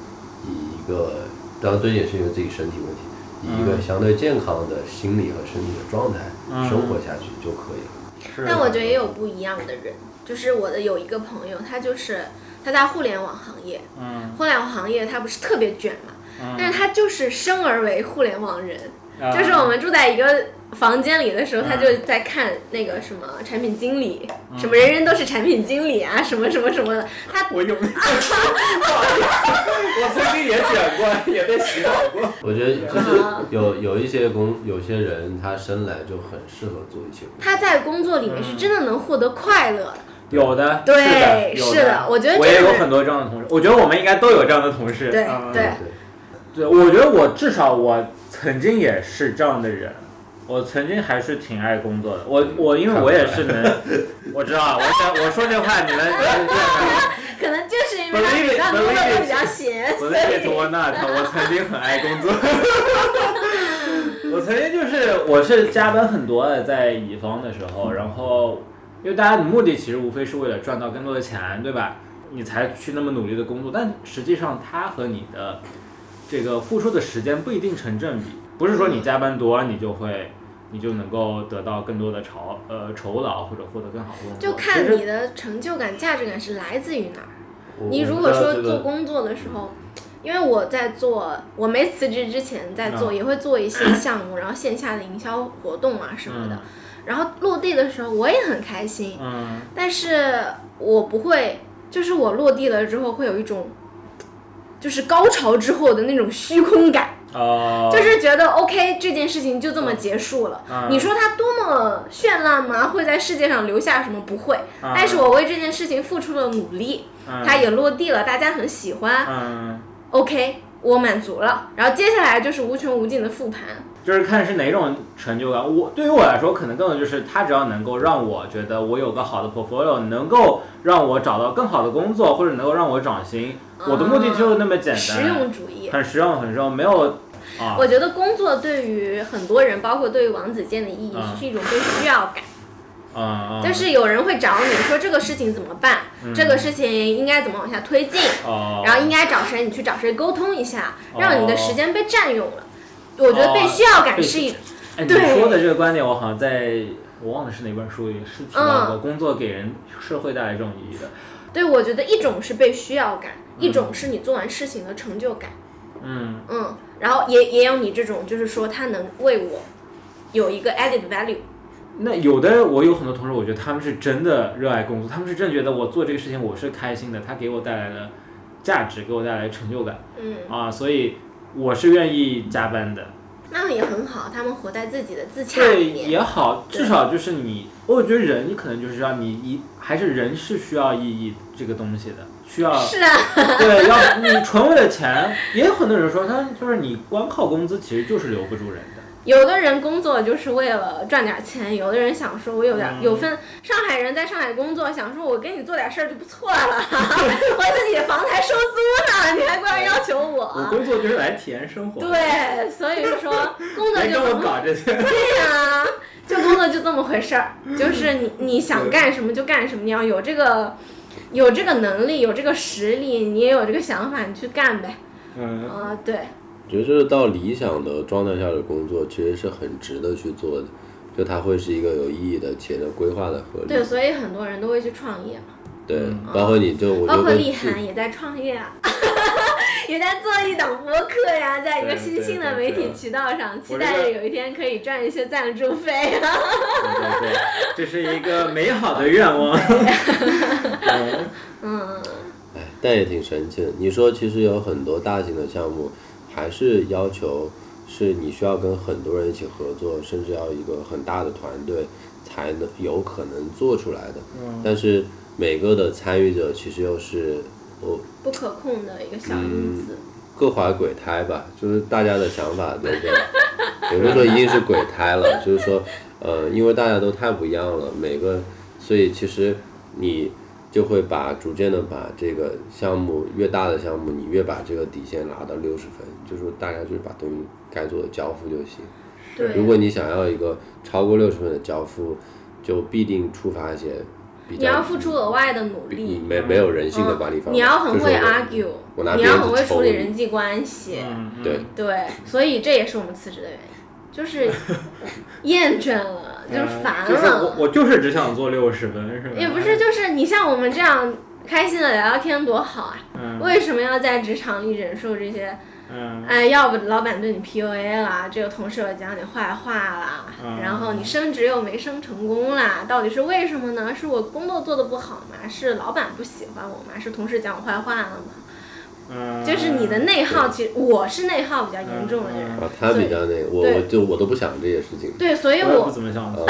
以一个当然最近也是因为自己身体问题，以一个嗯相对健康的心理和身体的状态嗯生活下去就可以了。是但我觉得也有不一样的人，就是我的有一个朋友，他就是他在互联网行业，嗯互联网行业它不是特别卷嘛，嗯但是他就是生而为互联网人，啊就是我们住在一个房间里的时候，嗯他就在看那个什么产品经理，嗯什么人人都是产品经理啊，什么什么什么的，他我有 没有？不好意思，我曾经也卷过，也被洗脑过。我觉得就是有有一些工有些人他生来就很适合做一些工作。他在工作里面嗯是真的能获得快乐的，有的，对是的，有是的我觉得我这也个有人很多这样的同事，我觉得我们应该都有这样的同事。对嗯对对，对，我觉得我至少我曾经也是这样的人，我曾经还是挺爱工作的。我我因为我也是 能，我知道，我想我说这话你们可能就是因为他 Believe it, 每当工作 believe it. 都比较闲，我所的解以脱那 他我曾经很爱工作。 我曾经就是我是加班很多的，在乙方的时嗯候，然后因为大家的目的其实无非是为了赚到更多的钱，对吧？你才去那么努力的工作，但实际上他和你的这个付出的时间不一定成正比，不是说你加班多你就会你就能够得到更多的酬呃酬劳或者获得更好的工作，就其看实你的成就感、价值感是来自于哪儿。我你我如不果知道说这个做工作的时候，因为我在做，我没辞职之前在做，啊也会做一些项目，然后线下的营销活动啊什嗯么的。然后落地的时候我也很开心，嗯但是我不会，就是我落地了之后会有一种，就是高潮之后的那种虚空感，哦，嗯就是觉得 OK 这件事情就这么结束了。啊你说它多么绚烂吗？会在世界上留下什么？不会。啊但是我为这件事情付出了努力，嗯它也落地了，大家很喜欢。嗯。 OK，我满足了。然后接下来就是无穷无尽的复盘。就是看是哪种成就感。我对于我来说，可能更多就是他只要能够让我觉得我有个好的 portfolio，能够让我找到更好的工作，或者能够让我涨薪，我的目的就那么简单，嗯实用主义。很实用，很实用，没有啊，我觉得工作对于很多人，包括对于王子健的意义嗯，是一种被需要感。嗯嗯，就是有人会找你说这个事情怎么办，这个事情应该怎么往下推进，哦，然后应该找谁，你去找谁沟通一下，哦让你的时间被占用了。我觉得被需要感是一，哎，你对说的这个观点，我好像在我忘了是哪本书也是提到过，嗯工作给人社会带来这种意义的。对，我觉得一种是被需要感，一种是你做完事情的成就感。嗯嗯，然后也也有你这种，就是说他能为我有一个 added value。那有的我有很多同事，我觉得他们是真的热爱工作，他们是真觉得我做这个事情我是开心的，它给我带来了价值，给我带来成就感嗯，啊，所以我是愿意加班的。那也很好，他们活在自己的自洽对里面。也好，对至少就是你，我觉得人可能就是要你一还是人是需要意义这个东西的，需要是啊，对，要你纯为了钱，也有很多人说他就是你光靠工资其实就是留不住人的。有的人工作就是为了赚点钱，有的人想说，我有点、嗯有份上海人在上海工作，想说我给你做点事儿就不错了， 我自己的房子还收租呢，你还过来要求我我？工作就是来体验生活，，啊对，所以说工作别就跟我很搞这些。对呀、就工作就这么回事儿，就是你你想干什么就干什么，你要有这个有这个能力，有这个实力，你也有这个想法，你去干呗。嗯，啊、对，我觉得就是到理想的状态下的工作，其实是很值得去做的，就它会是一个有意义的且能规划的合理。对，所以很多人都会去创业嘛，对嗯包括你就我包就括会丽涵也在创业啊， 也在做一档播客呀，在一个对新对兴的对媒对体渠道上，期我待这着个有一天可以赚一些赞助费 啊。 对对对，这是一个美好的愿望。嗯嗯，哎，但也挺神奇的。你说，其实有很多大型的项目，还是要求是你需要跟很多人一起合作，甚至要一个很大的团队才能有可能做出来的。但是每个的参与者其实又是我不可控的一个小因子。各怀鬼胎吧，就是大家的想法有个，也不是说一定是鬼胎了，就是说，呃，因为大家都太不一样了，每个，所以其实你就会把逐渐的把这个项目越大的项目，你越把这个底线拉到六十分，就是说大家就是把东西该做的交付就行。对，如果你想要一个超过六十分的交付，就必定触发一些比较你要付出额外的努比力。你没没有人性的管理方法，嗯。你要很就是会我 argue，我拿你鞭要子很会抽处理你人际关系，嗯对，对，所以这也是我们辞职的原因，就是 厌倦了，就是烦就是我了，我就是只想做六十分，是吧？也不是，就是你像我们这样开心的聊聊天多好啊，嗯为什么要在职场里忍受这些？嗯哎，要不老板对你 PUA 啦，这个同事又讲你坏话啦，嗯然后你升职又没升成功啦，到底是为什么呢？是我工作做的不好吗？是老板不喜欢我吗？是同事讲我坏话了吗？嗯，就是你的内耗，其实我是内耗比较严重的人，嗯啊，他比较那个，我对我就我都不想这些事情，对，所以我也不我怎么 想做，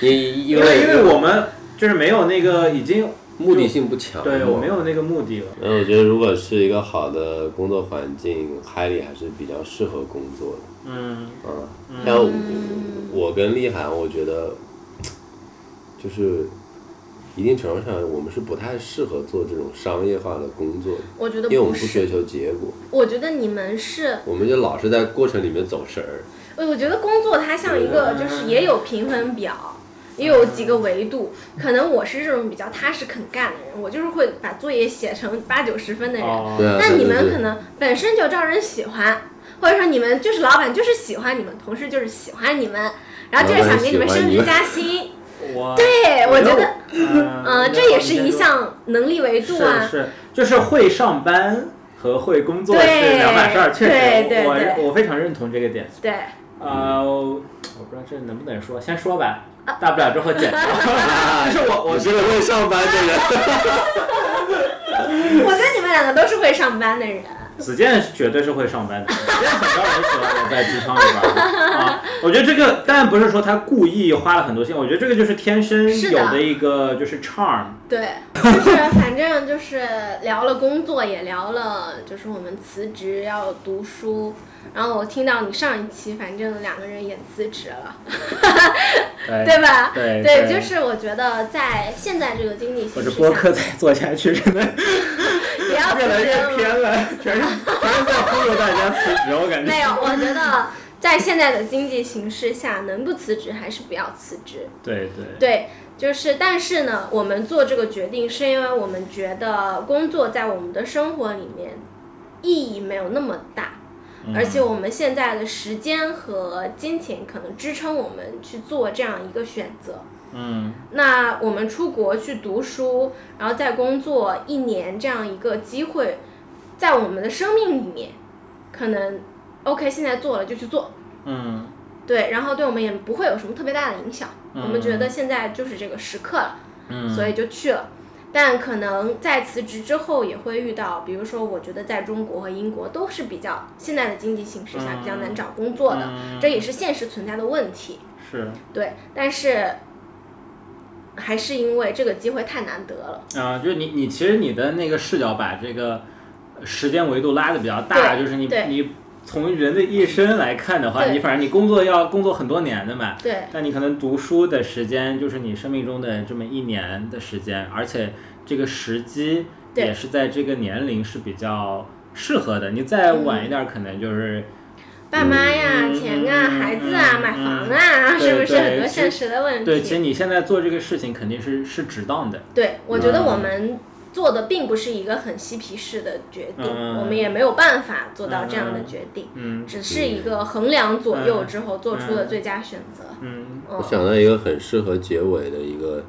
因因因为为因为我们就是没有那个已经目的性不强，对我没。有那个目的了。然后我觉得，如果是一个好的工作环境，海里还是比较适合工作的。嗯啊，像我嗯我跟丽涵，我觉得就是一定程度上，我们是不太适合做这种商业化的工作的，我觉得因为我不们不追是，求结果，我觉得你们是，我们就老是在过程里面走神儿。我我觉得工作它像一个就是也有评分表。也有几个维度，可能我是这种比较踏实肯干的人，我就是会把作业写成八九十分的人。哦对啊，那对你对们对可能本身就招人喜欢，或者说你们就是老板就是喜欢你们，同事就是喜欢你们，然后就是想给你们升职加薪。我对，我觉得，嗯嗯、这也是一项能力维度啊。是是，就是会上班和会工作对是两码事儿，确对对实我对我我非常认同这个点。对，呃，我不知道这能不能说，先说吧，啊大不了之后剪 掉。就是我我我是个会上班的人。我跟你们两个都是会上班的人。 子健是绝对是会上班的，子健很招人喜欢我在职场里边 儿啊。我觉得这个当然不是说他故意花了很多心，我觉得这个就是天生是的有的一个就是 charm。对，就是反正就是聊了工作，也聊了就是我们辞职要读书。然后我听到你上一期，反正两个人也辞职了，对吧？哎对对，就是我觉得在现在这个经济我形这势播客下，再做下去，真的不要越来辞职越了偏 了，全是全是在忽悠大家辞职，我感觉没。有，我觉得在现在的经济形势下，能不辞职还是不要辞职。对对，对，就是，但是呢，我们做这个决定是因为我们觉得工作在我们的生活里面意义没有那么大。嗯而且我们现在的时间和金钱可能支撑我们去做这样一个选择。嗯那我们出国去读书，然后再工作一年这样一个机会，在我们的生命里面，可能 OK 现在做了就去做，嗯对，然后对我们也不会有什么特别大的影响。我们觉得现在就是这个时刻了，嗯，所以就去了。但可能在辞职之后也会遇到，比如说，我觉得在中国和英国都是比较现在的经济形势下比较难找工作的，嗯这也是现实存在的问题。是对，但是还是因为这个机会太难得了。啊、就是你你其实你的那个视角把这个时间维度拉的比较大，对就是你对你从人的一生来看的话，对你反正你工作要工作很多年的嘛，对，但你可能读书的时间就是你生命中的这么一年的时间，而且这个时机对也是在这个年龄是比较适合的。你再嗯晚一点，可能就是、爸妈呀、嗯钱啊、嗯孩子啊、嗯买嗯房啊， 对是不是对很多其实现实的问对，其实题？你现在做这个事情肯定是是值当的。对，我觉得嗯我们做的并不是一个很嬉皮士的决定，嗯我们也没有办法做到这样的决定，嗯只是一个衡量左右嗯之后做出的最佳选择。嗯我嗯，想到一个很适合结尾的一个，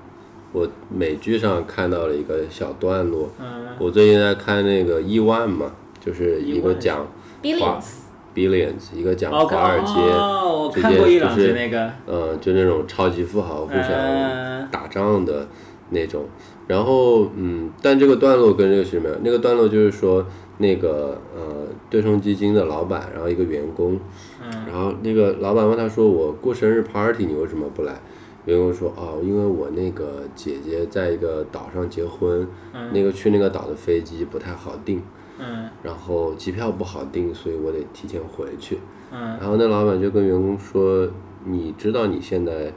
我美剧上看到了一个小段落。嗯我最近在看那个《亿万》嘛，就是一个 Ewan 讲 Billions， Billions，一个讲 E 哦，华尔街，哦，我看这过些一两就是集那个，呃，就那种超级富豪互相嗯打仗的那种。然后，嗯，但这个段落跟这个是没有，那个段落就是说，那个呃，对冲基金的老板，然后一个员工，嗯然后那个老板问他说：“我过生日 party，你为什么不来？”员工说：“哦，因为我那个姐姐在一个岛上结婚，那个去那个岛的飞机不太好订，嗯然后机票不好订，所以我得提前回去。”嗯然后那老板就跟员工说：“你知道你现在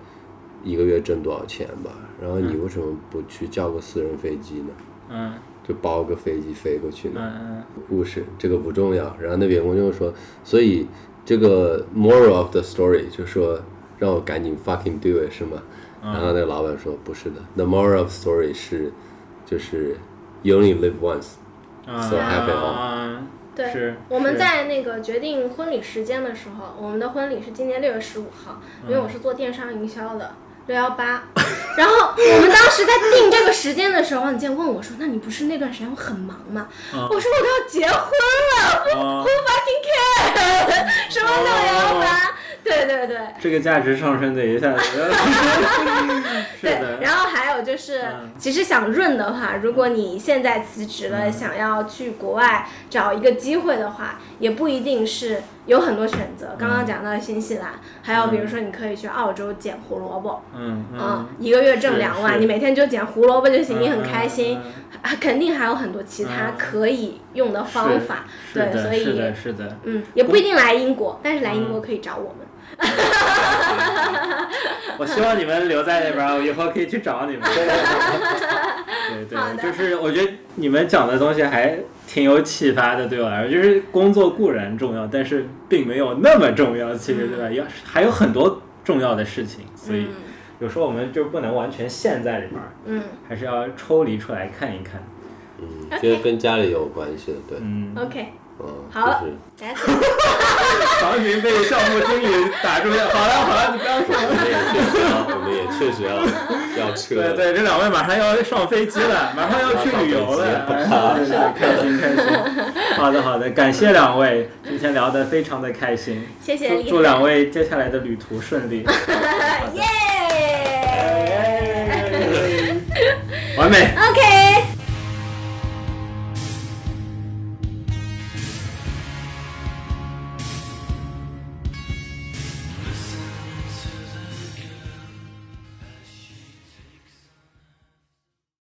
一个月挣多少钱吧？然后你为什么不去叫个私人飞机呢？嗯就包个飞机飞过去呢？”嗯故事，这个不重要。然后那员工就说，所以这个 moral of the story 就说让我赶紧 fucking do it 是吗？嗯然后那个老板说不是的，the moral of story 是就是 you only live once，嗯 So happy 嗯，对是我们是在那个决定婚礼时间的时候，我们的婚礼是今年六月十五号，嗯因为我是做电商营销的。六幺八，然后我们当时在定这个时间的时候，你竟然问我说：“那你不是那段时间我很忙吗？”嗯我说：“我都要结婚了哦，Who fucking care？” 什么六幺哦八？对对对这个价值上升的一 下子，是对。的，然后还有就是嗯，其实想润的话，如果你现在辞职了，想要去国外找一个机会的话，也不一定是有很多选择。刚刚讲到的新西兰，还有比如说你可以去澳洲捡胡萝卜。嗯啊嗯，，一个月挣是两万，是你每天就捡胡萝卜就行，你嗯很开心嗯嗯。啊，肯定还有很多其他嗯可以用的方法，是对，所的，是以的，嗯是的，嗯，也不一定来英国，但是来英国可以找我们。我希望你们留在那边儿，我以后可以去找你 们。对好的对，就是我觉得你们讲的东西还挺有启发的，对我来说，就是工作固然重要，但是并没有那么重要，其嗯实对吧？要还有很多重要的事情，所以有时候我们就不能完全陷在里面儿，嗯还是要抽离出来看一看。 嗯， OK 其实跟家里也有关系的，对，嗯，嗯，OK，嗯，好就是 来，房云被项目经理打住了，好了好了，你不要说我了。们也确实要，我们也确实要要撤对了，对，这两位马上要上飞机 了，马上要去旅游了，对对对开心开心。好的好的，感谢两位，今天聊得非常的开心，谢谢祝李祝两位接下来的旅途顺 利。 好的耶完美。 ，OK。